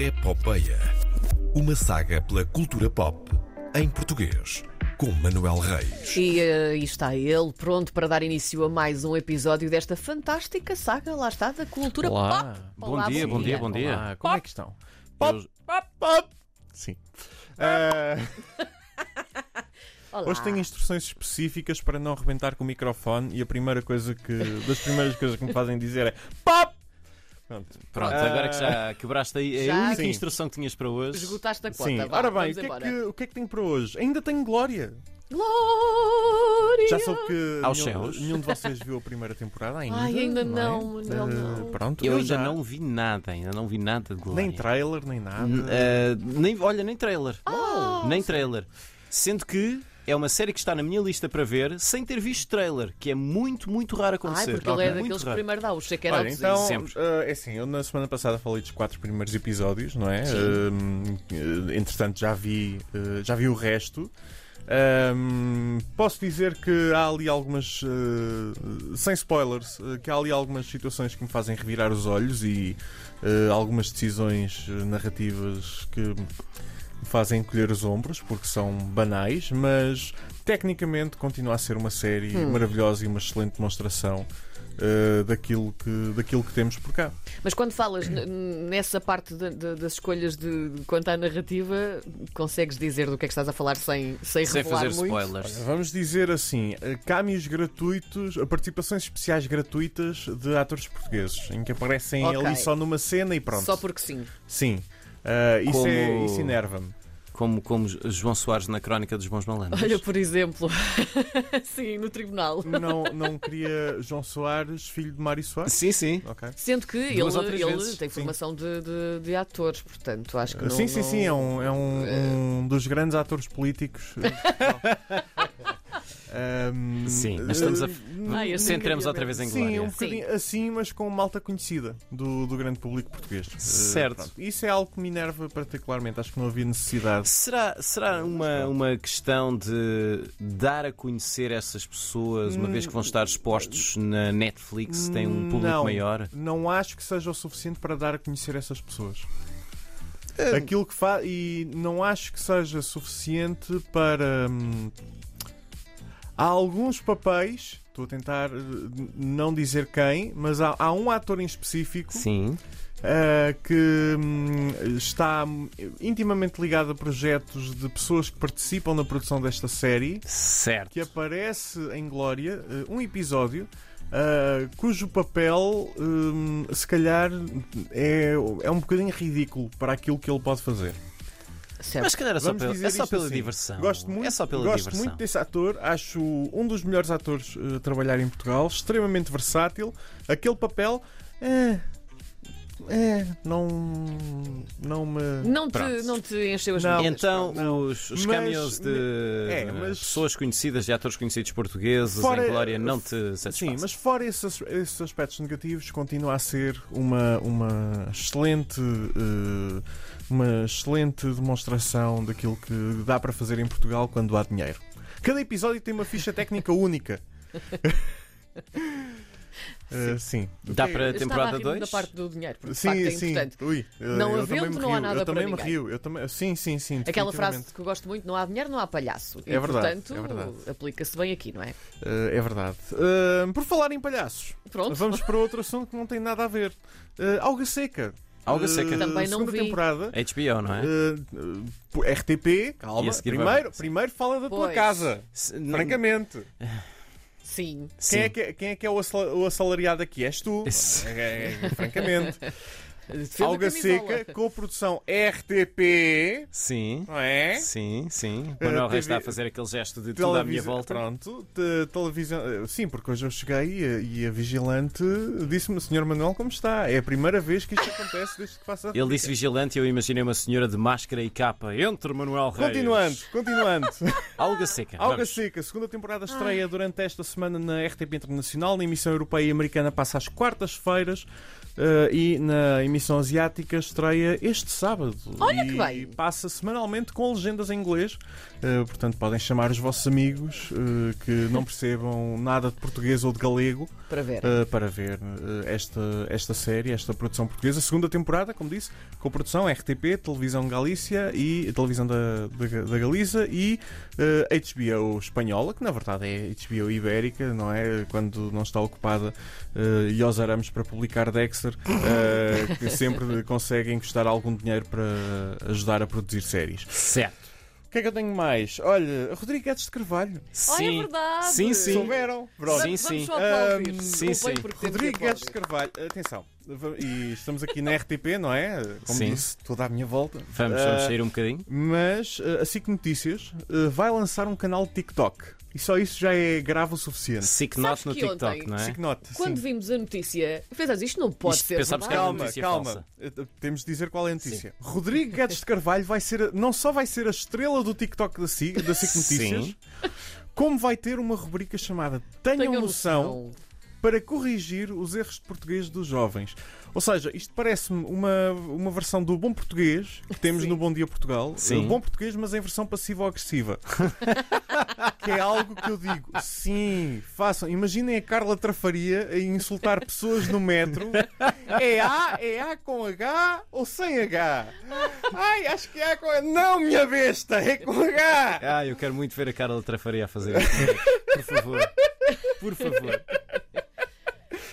É Popeia, uma saga pela cultura pop em português, com Manuel Reis. E eh, aí está ele, pronto para dar início a mais um episódio desta fantástica saga, lá está, da cultura pop. Olá. Bom Olá, dia, bom dia, bom Olá, como é que estão? Eu- Pop, Sim. Ah, Olá. hoje Ah. tenho instruções específicas para não arrebentar com o microfone e a primeira coisa que. das primeiras coisas que me fazem dizer é POP! Pronto. Pronto, Ah, agora que já quebraste aí é a Já? única Sim. instrução que tinhas para hoje. Esgotaste a cota. Sim, vá, ora bem, o vamos que, é embora. que, o que é que tenho para hoje? Ainda tenho glória! Glória! Já soube que Aos nenhum, céus. nenhum de vocês viu a primeira temporada ainda. Ai, ainda é? não, não, Ah, não. Pronto, Eu, ainda já. não vi nada, ainda não vi nada de Glória. Nem trailer, nem nada. N- eh, nem Olha, nem trailer. Oh, nem trailer. Sendo que é uma série que está na minha lista para ver sem ter visto trailer, que é muito, muito raro Ai, acontecer. porque ele é Muito daqueles que é raro. primeiro dá os Olha, check-outs. então, sempre. ah, é assim, eu na semana passada falei dos quatro primeiros episódios, não é? Ahm, eh, entretanto, já vi, eh, já vi o resto. Ahm, posso dizer que há ali algumas, eh, sem spoilers, eh, que há ali algumas situações que me fazem revirar os olhos e eh, algumas decisões eh, narrativas que me fazem colher os ombros, porque são banais, mas tecnicamente continua a ser uma série maravilhosa e uma excelente demonstração eh, daquilo, que, daquilo que temos por cá. Mas quando falas n- n- nessa parte de- de- das escolhas de, de quanto à narrativa, consegues dizer do que é que estás a falar sem, sem, Sem revelar fazer muito? spoilers. Vamos dizer assim, eh, cameos gratuitos, eh, participações especiais gratuitas de atores portugueses, em que aparecem Ok. ali só numa cena e pronto. Só porque sim. Sim. Eh, isso, é, Como- isso enerva-me. Como, como João Soares na Crónica dos Bons Malandros. Olha, por exemplo, sim, no tribunal. Não, não queria João Soares, filho de Mário Soares? Sim, sim. Ok. Sendo que ele, Duas ou três ele vezes, tem sim. formação de, de, de atores, portanto, acho que não. sim, sim, não- sim, é um, é um, um dos grandes atores políticos. Ahm, Sim, mas estamos a- Ai, eu nunca Centramos vi a outra vez em Sim, Glória. um bocadinho assim, mas com malta conhecida do, do grande público português. Eh, Certo. pronto. Isso é algo que me enerva particularmente. Acho que não havia necessidade. Será, será uma, uma questão de dar a conhecer essas pessoas, uma vez que vão estar expostos na Netflix, tem um público Hum. não, maior? Não acho que seja o suficiente para dar a conhecer essas pessoas. Aquilo que faz. E não acho que seja suficiente para. hum, há alguns papéis. Estou a tentar eh, não dizer quem, mas há, há um ator em específico Sim. eh, que hum, está intimamente ligado a projetos de pessoas que participam na produção desta série que é- Certo. aparece em Glória eh, um episódio ah, cujo papel hum, se calhar é, é um bocadinho ridículo para aquilo que ele pode fazer. Certo. Mas se calhar é só, Vamos pela, dizer é só isto pela assim. diversão. Gosto muito, é só pela gosto diversão. muito desse ator, acho um dos melhores atores eh, a trabalhar em Portugal, extremamente versátil. Aquele papel é, é, não, não me. Não te, Pronto. não te encheu as Não. medidas. Então, Não. os, os Mas- cameos de É, mas- pessoas conhecidas, de atores conhecidos portugueses Fora- em Glória, não te satisfazem? Sim, mas fora esses, esses aspectos negativos, continua a ser uma, uma excelente eh, uma excelente demonstração daquilo que dá para fazer em Portugal quando há dinheiro. Cada episódio tem uma ficha técnica única. Eh, sim. Dá para a Eu estava temporada a rir-me da 2? parte do dinheiro, porque de Sim, facto é sim. importante. Ui, eh, Não eu havendo, também me não há rio. nada eu para também me ninguém. rio. Eu também... Sim, sim, sim. Aquela frase definitivamente. que eu gosto muito: não há dinheiro, não há palhaço. E, É verdade, portanto, é verdade. aplica-se bem aqui, não é? Eh, é verdade. Eh, por falar em palhaços, Pronto. Vamos para outro assunto que não tem nada a ver. Eh, Alga Seca. Alga Eh, Seca. Também não segunda vi. temporada. HBO, assim, é não é? Eh, eh, RTP, E calma. a seguir Primeiro, vai- primeiro fala da tua Pois. casa. Se- não- Francamente. Sim. sim. Quem é, que, é- quem é que é o assala- o assalariado aqui? És tu. Esse- É, é, francamente. Defendo a Alga camisola. Seca, com a produção RTP, Sim. não é? Sim, sim. O Manuel teve- Reis está a fazer aquele gesto de tudo à minha Televisão, volta. pronto, te- televisão, eh, sim, porque hoje eu cheguei e a, e a vigilante disse-me, Senhor Manuel, como está? É a primeira vez que isto acontece desde que faço a Ele disse vigilante e eu imaginei uma senhora de máscara e capa. Entre Manuel Reis. Continuando, continuando. Alga seca. Alga Vamos. Seca, segunda temporada estreia durante esta semana na RTP Internacional, na emissão europeia e americana passa às quartas-feiras eh, e na emissão asiática estreia este sábado. Olha e que bem. passa semanalmente com legendas em inglês, eh, portanto podem chamar os vossos amigos eh, que não percebam nada de português ou de galego Para para ver. eh, para ver eh, esta, esta série, esta produção portuguesa. Segunda temporada, como disse, com produção RTP, Televisão Galícia e Televisão da, da, da Galiza e eh, HBO espanhola, que na verdade é HBO ibérica, não é? Quando não está ocupada eh, e aos arames para publicar Dexter, eh, que sempre consegue encostar algum dinheiro para ajudar a produzir séries. Certo. O que é que eu tenho mais? Olha, Rodrigo Guedes de Carvalho. Olha, é Sim. verdade. Sim, sim. Souberam? Vamos, Pronto. Sim, sim. Vamos só aplaudir. Ahm, sim, Desculpem sim. porque temos de Rodrigo Guedes de aplaudir. Carvalho, atenção, e estamos aqui na RTP, não é? Como Sim. disse, toda a minha volta. Vamos, Ah, vamos sair um bocadinho. Mas ah, a SIC Notícias ah, vai lançar um canal de TikTok. E só isso já é grave o suficiente. Sick Sabes Not no que TikTok, ontem- não é? SIC Note. Quando sim. vimos a notícia, pensámos, isto não pode Isto ser pensámos que era verdade. Calma, notícia calma. falsa. Eh, Temos de dizer qual é a notícia. Rodrigo Guedes de Carvalho vai ser, a- não só vai ser a estrela do TikTok da SIC, da SIC Notícias, Sim. como vai ter uma rubrica chamada um- Tenham, Tenham noção para corrigir os erros de português dos jovens. Ou seja, isto parece-me uma, uma versão do bom português que temos Sim. no Bom Dia Portugal. Sim. Eh, Bom português, mas em versão passivo-agressiva. que é algo que eu digo, sim, façam. Imaginem a Carla Trafaria a insultar pessoas no metro. É A, é A com H ou sem H? Ai, acho que é A com H. Não, minha besta, é com H. Ah, eu quero muito ver a cara da Trafaria a fazer isso. Por favor. Por favor.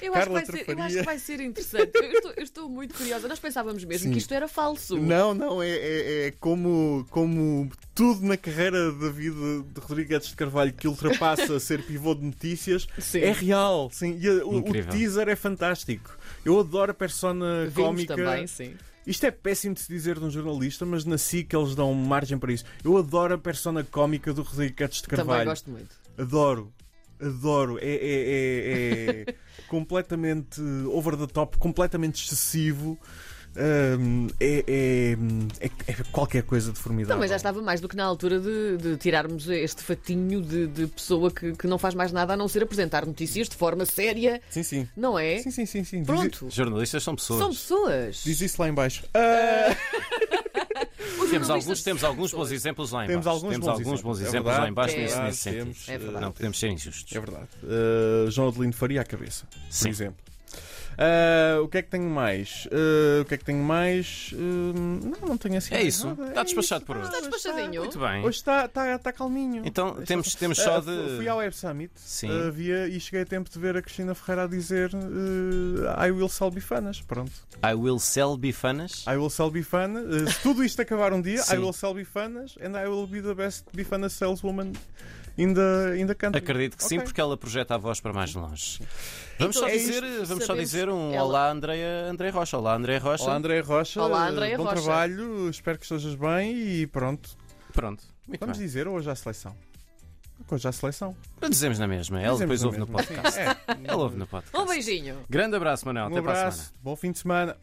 Eu acho, que Carla vai ser, eu acho Trafaria. que vai ser interessante. Eu estou, eu estou muito curiosa. Nós pensávamos mesmo Sim. que isto era falso. Não, não, é, é- é como, como tudo na carreira da vida de Rodrigues de Carvalho que ultrapassa ser pivô de notícias Sim. é real. Sim, e a- o, o Incrível. teaser é fantástico. Eu adoro a persona Vimos cómica. também, sim. Isto é péssimo de se dizer de um jornalista, mas na SIC eles dão margem para isso. Eu adoro a persona cómica do Rodrigues de Também Carvalho. gosto muito. Adoro. Adoro. É, é- é- é completamente over the top, completamente excessivo. Hum, é, é- é- é qualquer coisa de Então, formidável. Também já estava mais do que na altura de, de tirarmos este fatinho de, de pessoa que, que não faz mais nada a não ser apresentar notícias de forma séria, Sim, sim. não é? Sim, sim, sim. sim. Diz, Pronto. Jornalistas são pessoas. São pessoas. diz isso lá em baixo. Ah, Os Temos jornalistas alguns, temos são alguns bons pessoas. exemplos lá em Temos baixo. alguns temos bons alguns bons exemplos. É exemplos lá em verdade, baixo é nesse, verdade, nesse sentido. temos, É verdade. eh, Não podemos ser É injustos. verdade. Uh, João Adelino Faria à cabeça, Sim. por exemplo. Uh, o que é que tenho mais? Uh, o que é que tenho mais? Uh, não, não tenho assim. É mais isso. nada. Está É despachado isso. por hoje. Ah, Está despachadinho. Muito bem. Hoje está está- está calminho. Então temos, temos Ah, só fu- de. Fui ao Web Summit Sim. ah, via, e cheguei a tempo de ver a Cristina Ferreira a dizer eh, I will sell bifanas. Pronto. I will sell bifanas. I will sell bifanas. eh, se tudo isto acabar um dia, Sim. I will sell bifanas and I will be the best bifana saleswoman in the, in the country. Acredito que sim, Ok. porque ela projeta a voz para mais longe. Vamos só é dizer, isto. vamos só Sabemos dizer um ela. olá, Andréia André Rocha. Olá, André Rocha. Olá André Rocha, Olá, Andréia eh, bom Rocha. trabalho, espero que estejas bem e pronto. Pronto. Muito Vamos bem. dizer hoje à seleção. Hoje à seleção. Dizemos na mesma. Ela depois Dizemos na ouve no mesma. podcast. Sim, é. Ela ouve no podcast. Um beijinho. Grande abraço, Manuel. Um Até para a semana. abraço, bom fim de semana.